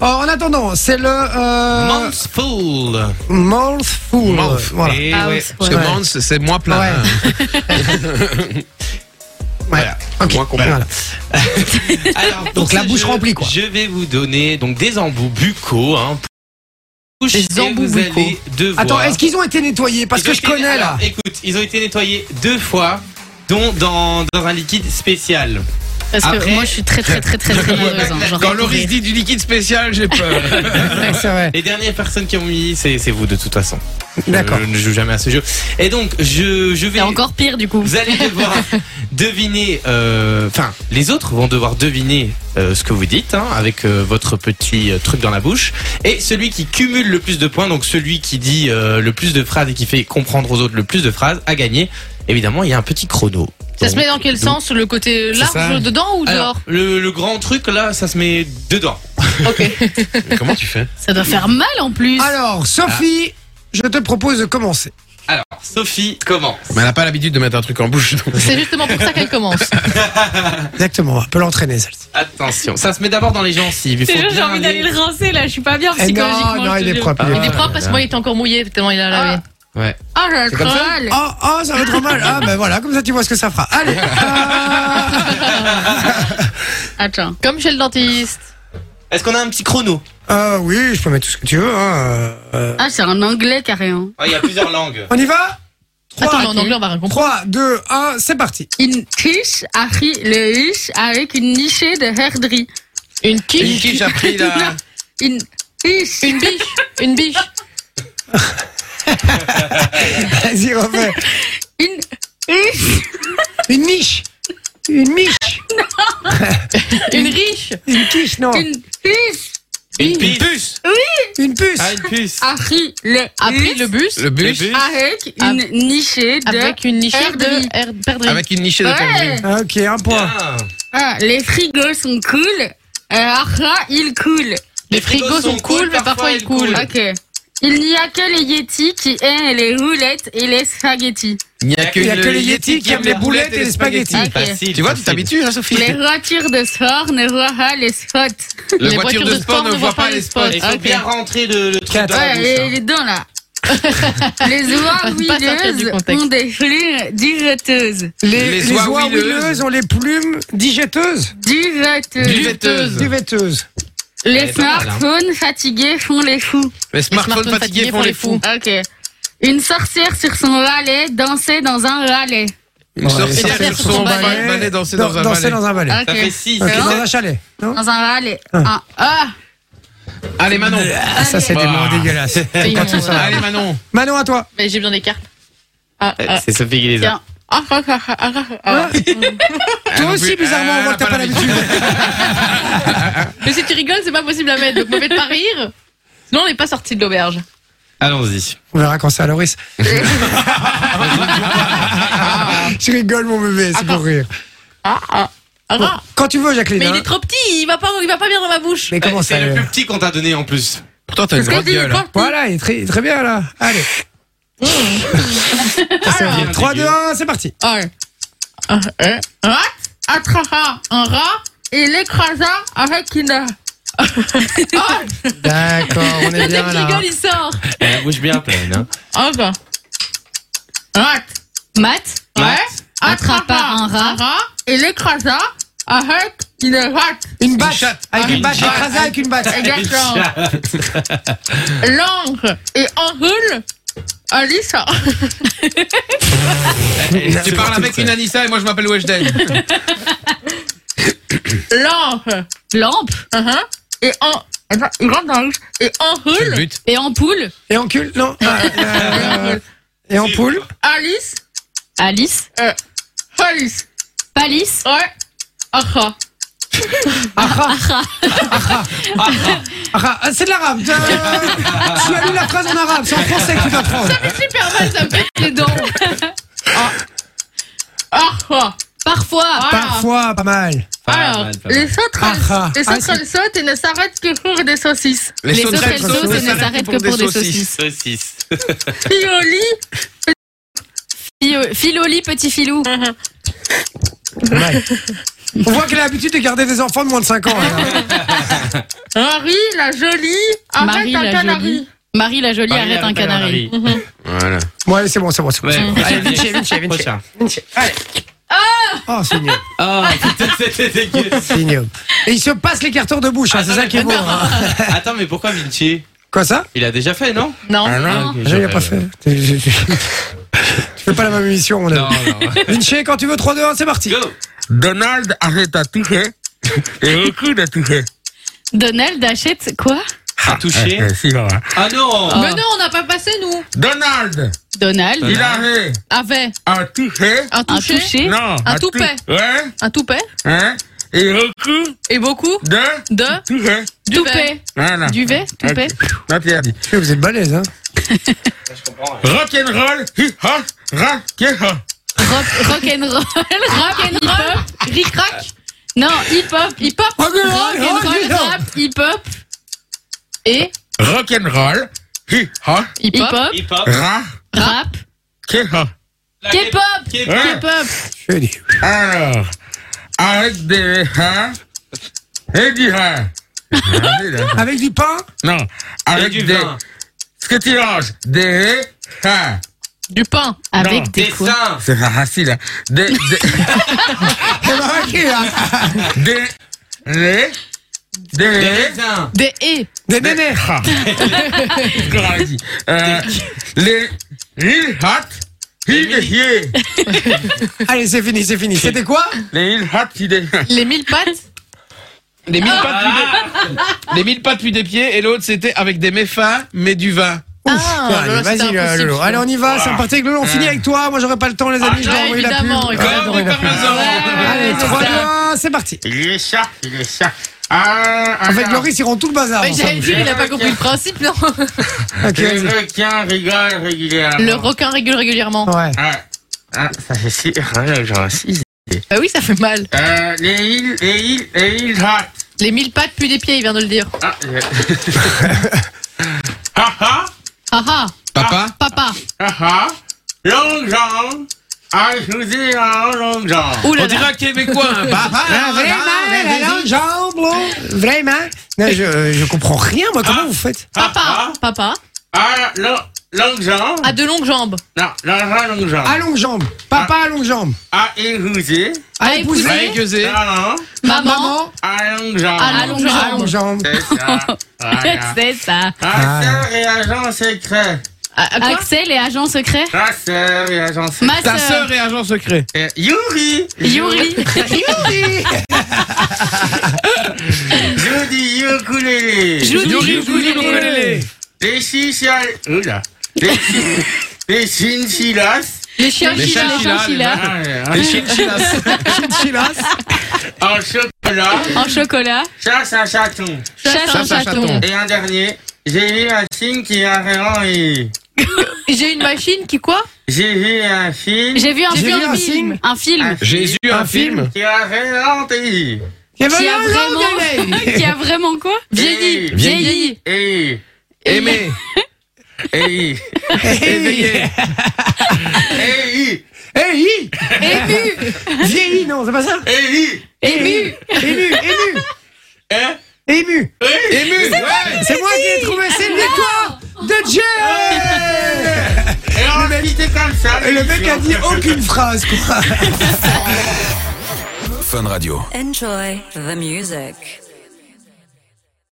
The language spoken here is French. Oh, en attendant, c'est le euh, Mouthful. Mouthful. Mouth. Voilà. Eh Ah ouais, oui, c'est Parce que vrai. Mouth, c'est moins plein. Ouais. hein. Ouais. Ok. Moins complet. Voilà. Alors, pour Donc, la ce bouche jeu, remplie, quoi. Je vais vous donner donc des embouts buccaux. Hein, pour- Des et embouts vous buccaux. allez devoir- Attends, est-ce qu'ils ont été nettoyés Parce Ils que ont je été- connais alors, là. Écoute, ils ont été nettoyés deux fois, dont dans, dans un liquide spécial. Parce que Après- moi, je suis très, très, très, très, très nerveuse. hein. J'aurais Quand adoré. Loris dit du liquide spécial, j'ai peur. Ouais, c'est vrai. Les dernières personnes qui ont mis, c'est c'est vous de toute façon. Je- D'accord. Je ne joue jamais à ce jeu. Et donc, je, je vais. C'est encore pire, du coup. Vous allez devoir deviner. euh, Enfin, les autres vont devoir deviner euh, ce que vous dites hein, avec euh, votre petit euh, truc dans la bouche. Et celui qui cumule le plus de points, donc celui qui dit euh, le plus de phrases et qui fait comprendre aux autres le plus de phrases, a gagné. Évidemment, il y a un petit chrono. Ça se Donc, met dans quel donc- sens Le côté C'est large ça. dedans ou Alors, dehors le, le grand truc là, ça se met dedans. Ok. Comment tu fais Ça doit faire mal en plus. Alors, Sophie, je te propose de commencer. Alors, Sophie commence. Mais elle n'a pas l'habitude de mettre un truc en bouche. donc. C'est justement pour ça qu'elle commence. Exactement. On peut l'entraîner celle-ci. Attention, ça se met d'abord dans les gencives. Il faut bien aller- le rincer là, je suis pas bien Eh non, non, il est propre. il est Il est propre. propre parce que moi, il était encore mouillé tellement il a lavé. Ouais. Ah, j'ai comme ça mal. Oh, oh, ça va trop mal. Ah, ben voilà, comme ça tu vois ce que ça fera. Allez. Attends. Comme chez le dentiste. Est-ce qu'on a un petit chrono Euh, euh, oui, je peux mettre tout ce que tu veux. hein, euh, euh. Ah, c'est en anglais carré. hein. Ah, Il y a plusieurs langues. On y va Attends, mais 3, en anglais, on va rien comprendre. 3, 2, 1, c'est parti. Une quiche à riz le riche avec une nichée de herdrie. Une Une quiche. quiche a pris la. Une quiche. Une biche. Une biche. Vas-y, refais. Une quiche. Une niche. Une niche. Une riche. Une quiche, non. Une quiche. Une puce Une puce. Ah, une puce À riz le A pris riche le bus Le bus Les bus. avec Ah. une nichée de. avec une niche de Perdrix. her- perdrix. avec une nichée de Ouais. perdrix. Ah, Ok, un point. Bien. Ah, les frigos sont cool. Euh, ah, ah, ils coulent. Les frigos sont cool, mais parfois ils coulent. Ok. Il n'y a que les yétis qui aiment les roulettes et les spaghettis. Il n'y a que, Il y a que les Yeti yétis qui aiment les boulettes et les spaghettis. Ok. Facile, Tu vois, tu facile. t'habitues, hein, Sophie Les voitures de sport ne voient pas les spots. La Les voiture de sport ne voit pas les spots. Il faut Ok. bien rentrer le, le truc Quatre. dans la Ouais, bouche, les, hein. les dents là. les sortir oies du huileuses contexte. ont des plumes direteuses. Les, Les les oies oies huileuses. huileuses ont les plumes digeteuses. Direteuses. Duvetteuse. Duveteuses. Elle Les est pas mal, hein. smartphones fatigués font les fous. Les smartphones fatigués font les fous. Ok. Une sorcière sur son valet dansait dans un valet. Une Ouais. sorcière sur son valet, valet danser dans un Danser valet. dans un ballet. Ok. Ça fait six. Ok, Ah, c'est dans vrai un chalet. Non Dans un valet. Ah. Ah. Ah. Allez, Manon Euh, Ah, ça, c'est des Bah. mots dégueulasses. Et Quand on on- sort. Allez, Manon Manon, à toi. Mais j'ai besoin des cartes. Ah, ah, C'est Sophie qui les a. Tiens. Ah, ah, ah, ah, ah, ah. Toi non aussi, plus. bizarrement, Ah, on voit que t'as pas l'habitude. Mais si tu rigoles, c'est pas possible à mettre. Donc, mauvais de pas rire. Sinon, on n'est pas sorti de l'auberge. Allons-y. On verra quand c'est à Loris. Je rigole, mon bébé, c'est pour rire. Ah, ah, ah, Bon, ah. Quand tu veux, Jacqueline. Mais il hein. est trop petit, il va pas, il va pas bien dans ma bouche. Mais comment Euh, ça C'est le euh, plus petit qu'on t'a donné en plus. Pourtant, t'as une Parce que grande tu dis gueule. pas- hein. Voilà, il est très, très bien là. Allez. Ça, c'est bien. 3, 2, 1, c'est parti. Ah, ah, ah, ah, Attrapa eh, un rat et l'écrasa avec une. D'accord, on est Dès bien que je là. rigole, il sort. Eh, Elle a la bouche bien pleine. hein. Ah, bah. Rat. Matt, Matt, Attrapa un rat. et l'écrasa avec une rate. Une batte. chatte. Avec Ah, une Une batte, chatte. écrasée avec une batte. Exactement. l'ange et enroule Alice. Tu parles avec une Anissa et moi, je m'appelle Weshden. L'ange. Lampe Uh-huh. et en. Attends, il rentre dans le Et enroule But. Et ampoule. Et en cul, non. ah, euh, Et en poule. Alice. Alice. Alice. Palice. Ouais. Ah, Ah, c'est de l'arabe. Euh, Tu as lu la phrase en arabe, c'est en français que tu dois prendre. ah. Super mal, ça me fait les dents. Ah, ah. Parfois. Parfois, pas mal. Pas Alors, mal, pas mal. Les sauterelles, Ah, ah. les sauterelles sautent et ne s'arrêtent que pour des saucisses. Les sauterelles sautent, sautent et sauterelles ne s'arrêtent que pour des saucisses. Saucisse. Pioli, euh, Mhm. Filoli, petit filou. Pas mal. On voit qu'elle a l'habitude de garder des enfants de moins de 5 ans. elle, hein. Henri, la jolie, arrête Marie un la jolie. canari. Marie la jolie, Marie arrête la- un canari. Voilà. Bon, allez, c'est bon, c'est bon. c'est bon. Ouais. Allez, Vinci, Vinci, Vinci. prochain. Oh, c'est ignoble. Ah, putain, c'était dégueu. C'est ignoble. Et il se passe l'écarteur de bouche, hein, c'est ça qui est beau. hein. Attends, mais pourquoi Vinci Quoi ça Il a déjà fait, non Non. Hein Ah, ok, Je l'ai j'aurais- pas fait. Tu fais pas la même émission, mon Non, ami. non. Vinci, quand tu veux 3, 2, 1, c'est parti. Go Donald arrête à toucher et recule à toucher. Donald achète quoi A touché. Eh, si, voilà. Ah non Ah. Euh. Ah, Mais non, on n'a pas passé, nous. Donald, Donald il arrête avait à toucher. un Un toucher, toucher. Non, un à tou- toupet. Ouais, un toupet hein, et recule et beaucoup de de toucher. toupet. Voilà. Duvet, Ah, toupet. Là, tu as dit. Eh, Vous êtes balèze, hein Je comprends. Rock'n'roll, hi ha, ra, ke, ha. Rock, rock'n'roll, rock'n'roll, ric-rac. Non, hip-hop, hip-hop, Rock'n'roll, rock'n'roll, rock'n'roll. rap, hip-hop et Rock'n'roll, hi ha, hip-hop, Hip-hop. ra, rap, ke, ha. K-pop, K-pop. Hein K-pop, Je lui ai dit. Alors, avec des ha et du ha. Allez, là. Avec du pain Non, Et avec du des. vin. Ce que tu manges, des ha. du pain Non. avec des Des quoi seins. C'est facile. hein. Des, des, Eh ben, ok, hein. des, les, des, Des raisins. Des et Des nénés. ha. Qu'est-ce qu'on a dit Euh, les, les hat, il est hier. Allez, c'est fini, c'est fini. C'était quoi Les il hat, il est les mille pattes, Les mille pas depuis des, les mille pas depuis des pieds et l'autre c'était avec des méfas mais du vin. Ouf. Ah, Allez, Lolo, c'était Vas-y, euh, impossible, Lolo. je Allez, on y va. C'est parti avec Lolo. On finit avec toi. Moi, j'aurais pas le temps, les amis. Je dois ouais, envoyer la pub. évidemment, évidemment. Ouais, je dois envoyer la pub. Allez, 3, 2, 1, c'est parti. Il est chat, il est chat. Ah, En fait, alors, Loris, ils rend tout le bazar. Mais J'allais ensemble. dire, il a pas compris le principe, non Ok, Les vas-y. requins rigolent régulièrement. Le requin régule régulièrement. Ouais. Ah, ah, ça fait si. ah, genre, si. Bah oui, ça fait mal. Euh, les il, les il, les il hat. Les mille pattes puis des pieds, il vient de le dire. Ah, je- ha ha. Ah ah, Papa papa. Ah ah, long John, ah je vous dis un long John. Ouh là On là. dirait un québécois. hein. Papa Ah, vraiment, la langue jambe, là. Vraiment. Non, je, euh, je comprends rien, moi. Comment Ah. vous faites Papa, papa, Ah long long John, a de longues jambes. non long John long Ah. John. À longue jambe. Papa à longue jambe. Ah il vous dit, À À épouser. épouser. Avec Eusé. non non, Maman, Maman. ah long John. à longues À longue jambes. jambe. C'est ça. Voilà. C'est ça. Ah. Ah sœur et agent secret. Axel et agent secret. Ta sœur et agent secret. Ma Ta sœur. sœur est agent secret. Euh, Yuri, Yuri. Ah. Judy, ukulélé. Judy. Yuri Ukulélé. Les chichas, oula. Les chi- les chinchillas. Les chiens Les chila, les chinchillas, chiens chila. Ah, ouais, Les chinchillas. En chocolat. En chocolat. Chasse à chaton. Chasse un Chasse un chaton. chaton. Et un dernier, j'ai vu un film qui a vraiment J'ai une machine qui quoi J'ai vu un film J'ai vu un J'ai film. vu un signe. Un film. Un Jésus, un film. qui a ralenti. Il y avait Qui a un long vraiment. délai. Qui a vraiment quoi Vieilli. Vieilli. Et, Aimé. et, Éveillé. et, Hey, hi. Ému. Vieilli, non, c'est pas ça et, Ému. Ému, ému, ému. Ému. Ouais. C'est moi qui ai trouvé, c'est une victoire de Jay et on a quitté comme ça. Et le mec a dit aucune phrase, quoi Enjoy the music.